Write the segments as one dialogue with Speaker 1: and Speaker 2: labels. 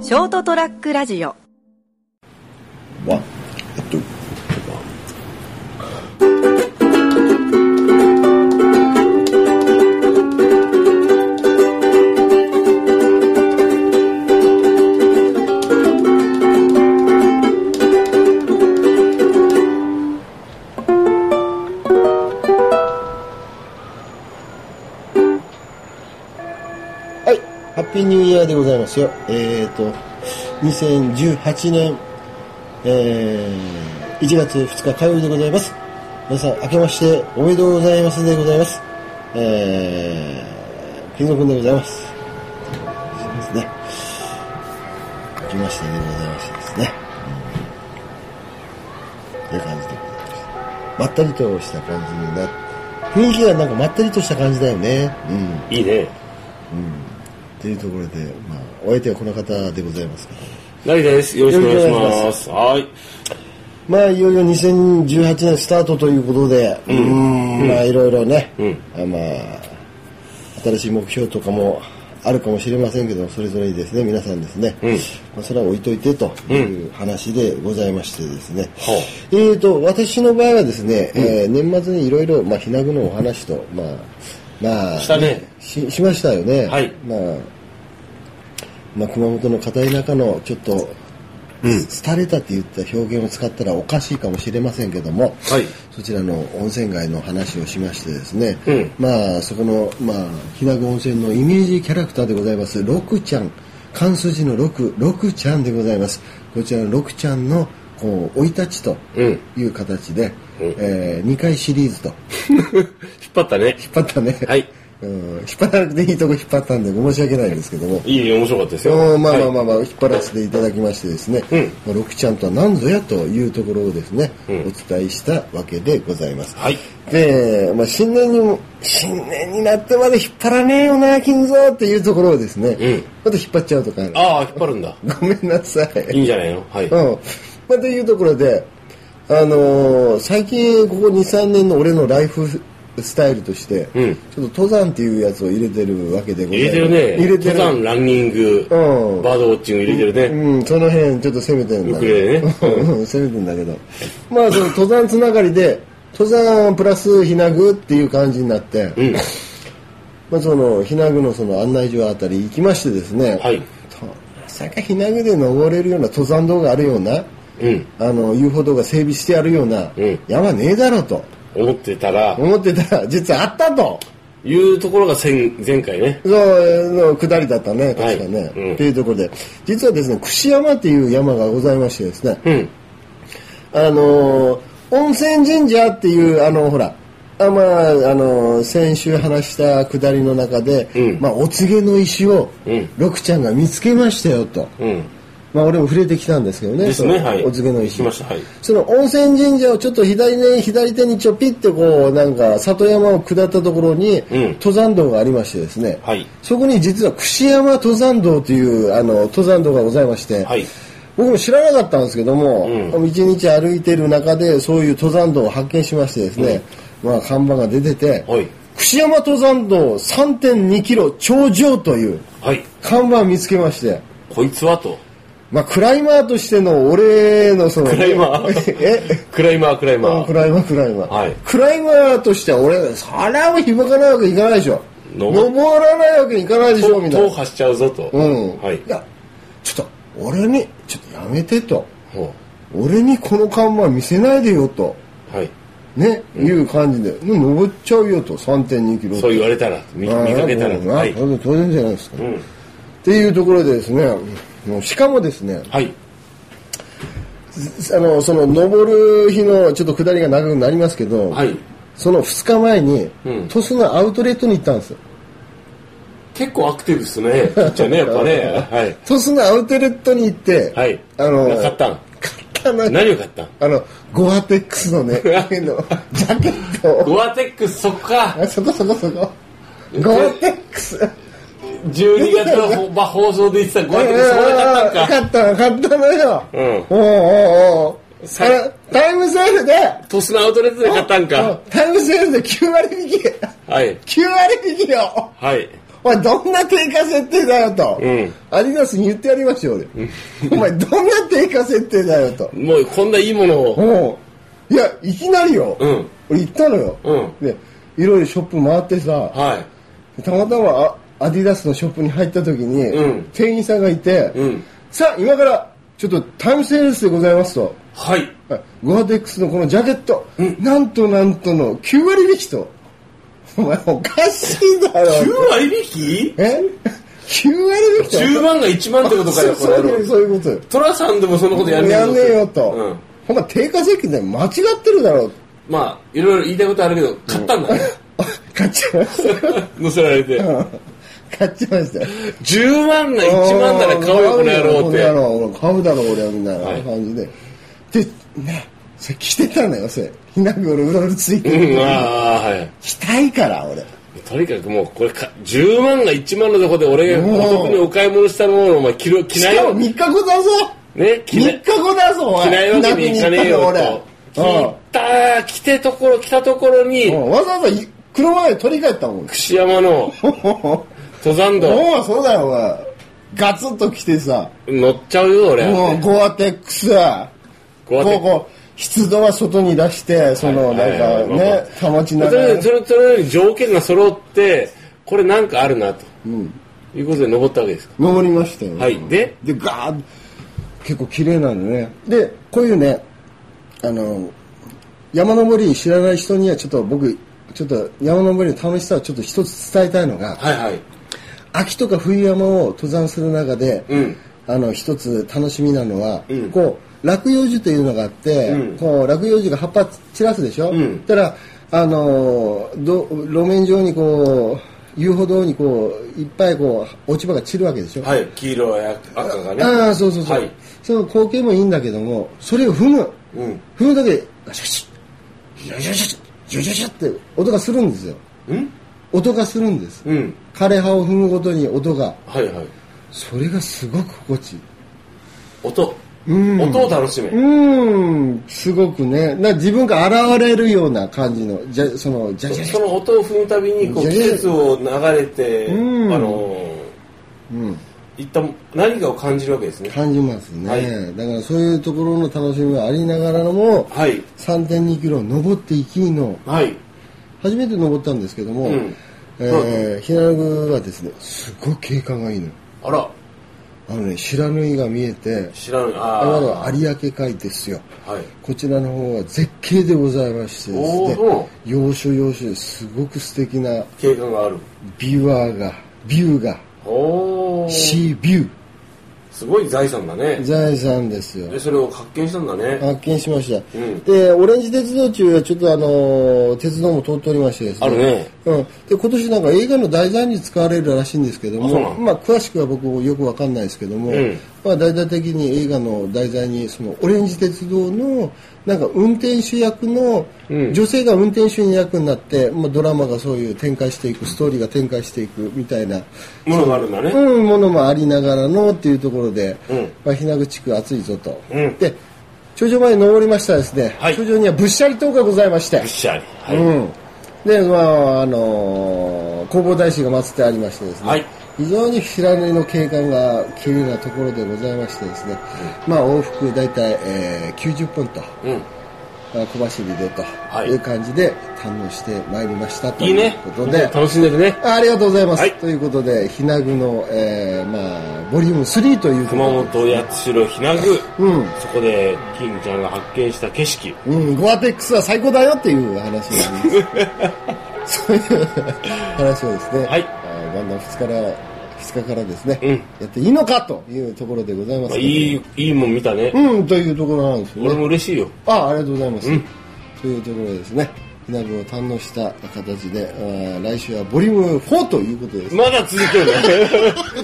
Speaker 1: ショートトラックラジオ
Speaker 2: ワン、ツー、はい、ハッピーニューイヤーでございますよ。えーと、2018年、えー、1月2日火曜日でございます。皆さん、明けましておめでとうございますでございます。えー、キングくんでございます。そうですね。明けましてでございましてですね。うん、という感じでございます。まったりとした感じになって、雰囲気がなんかまったりとした感じだよね。うん。
Speaker 3: いいね。
Speaker 2: というところで、まあ、お相手はこの方でございますから、
Speaker 3: 成田です。よろしくお願いし
Speaker 2: よろ
Speaker 3: ま
Speaker 2: し
Speaker 3: す。はい。
Speaker 2: まあ、いよいよ2018年スタートということで、うーん、まあ、いろいろね、あまあ、新しい目標とかもあるかもしれませんけど、それぞれにですね、皆さんですね、まあ、それは置いといてという話でございましてですね、えーと、私の場合はですね、えー年末にいろいろ、まあ、ひなぐのお話と、まあ、まあ、
Speaker 3: したね
Speaker 2: ししましたよね。
Speaker 3: はい
Speaker 2: まあまあ、熊本の片田舎のちょっと、廃れたって言った表現を使ったらおかしいかもしれませんけども、
Speaker 3: はい
Speaker 2: そちらの温泉街の話をしましてですね、
Speaker 3: うん
Speaker 2: まあそこの、まあ、日名温泉のイメージキャラクターでございます六ちゃん漢数字の六六ちゃんでございますこちらの六ちゃんのこう生い立ちと
Speaker 3: うん
Speaker 2: いう形で、え2回シリーズと
Speaker 3: 引っ張ったね。
Speaker 2: 引っ張ったね、
Speaker 3: はい
Speaker 2: うん、引っ張らなくていいとこ引っ張ったんで申し訳ないんですけども
Speaker 3: いいね、面白かったです
Speaker 2: う
Speaker 3: よ。
Speaker 2: んまあまあ
Speaker 3: はい
Speaker 2: まあまあ、引っ張らせていただきましてですね、
Speaker 3: うん
Speaker 2: まあ六ちゃんとは何ぞやというところをですね、お伝えしたわけでございます。
Speaker 3: はい
Speaker 2: で、まあ、新年にも、新年になってまで引っ張らねえよな、金蔵っていうところをですね、
Speaker 3: ん
Speaker 2: また引っ張っちゃうとかある、
Speaker 3: ああ、引っ張るんだ。
Speaker 2: ごめんなさい。
Speaker 3: いいんじゃないのはい。
Speaker 2: うん。まあ、というところで、あのー最近ここ2、3年の俺のライフスタイルとして、
Speaker 3: うん
Speaker 2: ちょっと登山っていうやつを入れてるわけでござ
Speaker 3: 入
Speaker 2: いま
Speaker 3: れ
Speaker 2: す。
Speaker 3: てるね。
Speaker 2: 入れてる。
Speaker 3: 登山、ランニング、バ
Speaker 2: うん
Speaker 3: ードウォッチング入れてるね。
Speaker 2: うん、その辺ちょっと攻めてんだけ
Speaker 3: ウク
Speaker 2: ど、うん攻めてんだけどまあその登山つながりで登山プラスひなぐっていう感じになって、
Speaker 3: うん。
Speaker 2: まあ、そのひなぐのその案内所あたり行きましてですね、
Speaker 3: はい。
Speaker 2: とまさかひなぐで登れるような登山道があるような
Speaker 3: うん。
Speaker 2: あの遊歩道が整備してあるような
Speaker 3: うん
Speaker 2: 山ねえだろうと
Speaker 3: 思ってたら、
Speaker 2: 思ってたら実はあったと
Speaker 3: いうところが前前回ね。
Speaker 2: そうの下りだったね確かね、
Speaker 3: はいうん
Speaker 2: っていうところで実はですね櫛山っていう山がございましてですね、
Speaker 3: うん。
Speaker 2: あのー温泉神社っていう、あの、ほら、あまあ、あのー先週話したくだりの中で、
Speaker 3: うん
Speaker 2: まあ、お告げの石を、
Speaker 3: うん
Speaker 2: 六ちゃんが見つけましたよと。
Speaker 3: うん。
Speaker 2: まあ、俺も触れてきたんですけどね。
Speaker 3: ですね
Speaker 2: その
Speaker 3: はい
Speaker 2: お告げの石。
Speaker 3: 聞きましたはい
Speaker 2: その温泉神社をちょっと左,、ね、左手にちょぴってこう、なんか、里山を下ったところに、
Speaker 3: ん
Speaker 2: 登山道がありましてですね。
Speaker 3: はい
Speaker 2: そこに実は、櫛山登山道という、あの、登山道がございまして、
Speaker 3: はい
Speaker 2: 僕も知らなかったんですけども、
Speaker 3: うん
Speaker 2: 一日歩いてる中でそういう登山道を発見しましてですね、まあ看板が出てて、
Speaker 3: はい
Speaker 2: 櫛山登山道3.2キロ頂上という
Speaker 3: はい。
Speaker 2: 看板を見つけまして、
Speaker 3: こいつはと。
Speaker 2: まあクライマーとしての俺のその、
Speaker 3: クライマ
Speaker 2: え
Speaker 3: ー。クライマー、クライマ
Speaker 2: あク
Speaker 3: ー。
Speaker 2: ライマークライマー、
Speaker 3: はい
Speaker 2: クライマーとしては俺それは暇かないわけいかないでしょ
Speaker 3: 登
Speaker 2: 登らないわけいかないでしょみたい
Speaker 3: 踏
Speaker 2: な
Speaker 3: 破しちゃうぞと。
Speaker 2: うん、
Speaker 3: はい。
Speaker 2: やちょっと俺にちょっとやめてと
Speaker 3: ほ
Speaker 2: 俺にこの看板見せないでよと、
Speaker 3: うはい。
Speaker 2: ね、いう感じで、で登っちゃうよと、3.2キロ。
Speaker 3: そう言われたら、見見
Speaker 2: ああ
Speaker 3: かけたら。
Speaker 2: もうな
Speaker 3: はい。
Speaker 2: 当然当然じゃないですか。
Speaker 3: う
Speaker 2: っ
Speaker 3: ん。
Speaker 2: ていうところでですね、もうしかもですね、
Speaker 3: はい。
Speaker 2: あの、その、登る日の、ちょっと下りが長くなりますけど、
Speaker 3: はい。
Speaker 2: その2日前に
Speaker 3: う、ん
Speaker 2: 鳥栖のアウトレットに行ったんですよ。
Speaker 3: 結構アクティブですね。ピッチャー ね、やっぱね。はい。
Speaker 2: 鳥栖のアウトレットに行って、
Speaker 3: はい。
Speaker 2: あの、
Speaker 3: 買ったん。
Speaker 2: 買ったな
Speaker 3: 何を買ったん
Speaker 2: あの、ゴアテックス のね、あのジャケットを、
Speaker 3: ゴアテックス、そっか。
Speaker 2: あそこそこそこ、ゴアテックス。
Speaker 3: 12月のほ まあ放送で言ってたゴアテックス、そこで買ったんか。
Speaker 2: 勝ったの勝ったのよ。
Speaker 3: うん
Speaker 2: おうおうおう
Speaker 3: さ
Speaker 2: あのタイムセールで、
Speaker 3: トスのアウトレットで買ったん
Speaker 2: う
Speaker 3: か
Speaker 2: ん。タイムセールで9割引き。
Speaker 3: はい。
Speaker 2: 9割引きよ。
Speaker 3: はい。
Speaker 2: おお前どんな定価設定だよと、
Speaker 1: うん
Speaker 2: アディダスに言ってやりましょうよ、お前どんな定価設定だよと、
Speaker 1: もうこんないいものを。
Speaker 2: もういやいきなりよ、
Speaker 1: うん
Speaker 2: 俺行ったのよ、
Speaker 1: う
Speaker 2: でいろいろショップ回ってさ、
Speaker 1: はい。
Speaker 2: たまたまあアディダスのショップに入った時に、
Speaker 1: うん
Speaker 2: 店員さんがいて、
Speaker 1: うん
Speaker 2: さあ今からちょっとタイムセールスでございますと
Speaker 1: はい。
Speaker 2: はいゴアテックスのこのジャケット、なんとなんとの9割引きとお前おかしいだろ
Speaker 1: 9割引き
Speaker 2: え9割引きと
Speaker 1: ?10 万が1万ってことかよ、こ
Speaker 2: そう
Speaker 1: れ
Speaker 2: そういうそういうことよ
Speaker 1: トラさんでもそんなことやんねえ
Speaker 2: や
Speaker 1: よ
Speaker 2: ん
Speaker 1: と。
Speaker 2: ねえよと、
Speaker 1: うん。
Speaker 2: ほんま定価設計で間違ってるだろう
Speaker 1: まあ、いろいろ言いたいことあるけど、買ったんだね。
Speaker 2: あ買っちゃいました
Speaker 1: 乗せられて。
Speaker 2: 買っちゃいました
Speaker 1: 10万が1万なら買おうよ、この野郎っ
Speaker 2: 買う
Speaker 1: て。
Speaker 2: よ買うだろ、俺は、みたい
Speaker 1: はい
Speaker 2: な感じで。で、ね、それ着てたのよ、それ。ひなぐるうろうろついて
Speaker 1: うん、
Speaker 2: る。
Speaker 1: ああ、はい。
Speaker 2: 着たいから、俺。
Speaker 1: とにかくもう、これか、10万が1万のとこで俺が
Speaker 2: もう
Speaker 1: お得にお買い物したものをお前着る、着
Speaker 2: し
Speaker 1: ない
Speaker 2: かも
Speaker 1: よ。
Speaker 2: 3日後だぞ
Speaker 1: ね、
Speaker 2: !3
Speaker 1: 着ない
Speaker 2: 日。後だぞ、お
Speaker 1: 着ないわけ
Speaker 2: ひ
Speaker 1: にい
Speaker 2: な
Speaker 1: か
Speaker 2: ぐ
Speaker 1: ねえよ
Speaker 2: に行
Speaker 1: と。
Speaker 2: ったの
Speaker 1: 聞いた、来てところ、来たところ
Speaker 2: 俺。う
Speaker 1: に、
Speaker 2: んわざわざい車まで取り替えたもん。
Speaker 1: 串山の登山道
Speaker 2: おう、そうだよ、お前。ガツッと来てさ。
Speaker 1: 乗っちゃうよ、俺。
Speaker 2: もう、ゴアテックス。
Speaker 1: ゴアテッ
Speaker 2: こ
Speaker 1: ク
Speaker 2: う、こう、湿度は外に出して、その、な
Speaker 1: はい
Speaker 2: ん
Speaker 1: はい
Speaker 2: か
Speaker 1: はいはい
Speaker 2: ね、保ち
Speaker 1: ま
Speaker 2: な
Speaker 1: あと
Speaker 2: が
Speaker 1: りあえ
Speaker 2: ら
Speaker 1: ず。それそれより条件が揃ってこれなんかあるなと、いうことで登ったわけですか
Speaker 2: 登りましたよ。
Speaker 1: はいで
Speaker 2: でガーッ結構綺麗なのねでこういうねあの山登り知らない人にはちょっと僕ちょっと山登りの楽しさをちょっと一つ伝えたいのが、
Speaker 1: はいはい
Speaker 2: 秋とか冬山を登山する中で、
Speaker 1: うん
Speaker 2: あの一つ楽しみなのは、
Speaker 1: ん
Speaker 2: こう落葉樹というのがあって、
Speaker 1: うん
Speaker 2: こう落葉樹が葉っぱ散らすでしょ、
Speaker 1: うん
Speaker 2: たらあのど路面上にこう遊歩道にこういっぱいこう落ち葉が散るわけでしょ、
Speaker 1: はい黄色や赤がね
Speaker 2: ああそうそうそう、
Speaker 1: はい
Speaker 2: その光景もいいんだけどもそれを踏む、
Speaker 1: うん
Speaker 2: 踏むだけでガシャガシャガシャガシャガシャガシャガシャって音がするんですよ
Speaker 1: うん
Speaker 2: 音がするんです、
Speaker 1: うん
Speaker 2: 枯れ葉を踏むごとに音が
Speaker 1: はいはい
Speaker 2: それがすごく心地いい
Speaker 1: 音
Speaker 2: うん
Speaker 1: 音を楽しめ、
Speaker 2: うーんすごくねな自分が現れるような感じのじゃそのじゃじゃ
Speaker 1: そ
Speaker 2: じ
Speaker 1: そ
Speaker 2: ゃ
Speaker 1: の音を踏むたびにこう
Speaker 2: じゃ
Speaker 1: 季
Speaker 2: じゃ
Speaker 1: 節を流れて、
Speaker 2: うん
Speaker 1: あのー
Speaker 2: うん
Speaker 1: 一旦何かを感じるわけですね
Speaker 2: 感じますね、
Speaker 1: はい
Speaker 2: だからそういうところの楽しみがありながらも
Speaker 1: はい
Speaker 2: 3 2キロ登っていきの
Speaker 1: はい
Speaker 2: 初めて登ったんですけども、
Speaker 1: うん
Speaker 2: えー、平野はですねすごい景観がいいの
Speaker 1: あら
Speaker 2: あのね白縫いが見えて
Speaker 1: 知らん
Speaker 2: あ
Speaker 1: あ
Speaker 2: れ
Speaker 1: ー
Speaker 2: は有明海ですよ
Speaker 1: はい
Speaker 2: こちらの方は絶景でございましてです
Speaker 1: おー
Speaker 2: ね
Speaker 1: そう
Speaker 2: 要所要所ですごく素敵な
Speaker 1: 景観がある
Speaker 2: ビュアーがビューが
Speaker 1: おおす
Speaker 2: シービュ
Speaker 1: ごい財産だね
Speaker 2: ー財産ですよ
Speaker 1: でそれを発見したんだね
Speaker 2: 発見しました、
Speaker 1: うん
Speaker 2: でオレンジ鉄道中はちょっとあのー鉄道も通っておりましてですね
Speaker 1: あるね
Speaker 2: うん、で今年なんか映画の題材に使われるらしいんですけど
Speaker 1: あそう
Speaker 2: も
Speaker 1: な、の
Speaker 2: まあ、詳しくは僕よくわかんないですけども、
Speaker 1: うん
Speaker 2: まあ、大々的に映画の題材にそのオレンジ鉄道のなんか運転手役の
Speaker 1: うん
Speaker 2: 女性が運転手役になって、まあ、ドラマがそういう展開していくストーリーが展開していくみたいな、
Speaker 1: ものがあるんだね、
Speaker 2: うん、ものもありながらのっていうところで、
Speaker 1: うん
Speaker 2: まあ、日名口地区暑いぞと、
Speaker 1: うん
Speaker 2: で頂上まで登りましたらですね、
Speaker 1: はい
Speaker 2: 頂上にはぶっしゃり塔がございまして
Speaker 1: ぶっしゃり。はい。
Speaker 2: うん、で、まああのー、弘法大師が祀ってありましてですね、
Speaker 1: はい
Speaker 2: 非常に平根の景観が綺麗なところでございましてですね、まあ、往復大体、えー、90本と、
Speaker 1: うん。
Speaker 2: まあ、小走りでと
Speaker 1: い
Speaker 2: いう感じで堪能してまいりましたと
Speaker 1: いい
Speaker 2: いう
Speaker 1: ね
Speaker 2: こ。とで、
Speaker 1: 楽しんでるね。
Speaker 2: ありがとうございます。
Speaker 1: はい
Speaker 2: ということで、ひなぐの、えーまあ、ボリューム3ということで
Speaker 1: 熊本八代ひなぐ。
Speaker 2: うん
Speaker 1: そこで、金ちゃんが発見した景色。
Speaker 2: うん、ゴアテックスは最高だよっていう話になります。 そういう話をですね、
Speaker 1: はい
Speaker 2: あーだんだん2日から、2日からですね、
Speaker 1: うん
Speaker 2: やっていいのかというところでございます
Speaker 1: まあ
Speaker 2: けど、
Speaker 1: いい、いいもん見たね。
Speaker 2: うん、というところなんです
Speaker 1: 俺
Speaker 2: よね。
Speaker 1: も嬉しいよ。
Speaker 2: あ、ありがとうございます。
Speaker 1: うん
Speaker 2: というところでですね、ひなぐを堪能した形で、あー来週はボリューム4ということでですね
Speaker 1: まだ続けるんだ。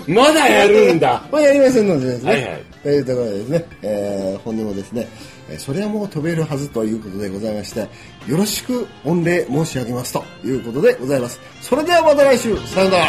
Speaker 1: まだやるんだ。
Speaker 2: まあやりませんのでですね。
Speaker 1: はいはい
Speaker 2: というところでですね、えー、本音もですね、えーそれはもう飛べるはずということでございまして、よろしく御礼申し上げますということでございます。それではまた来週、さようなら。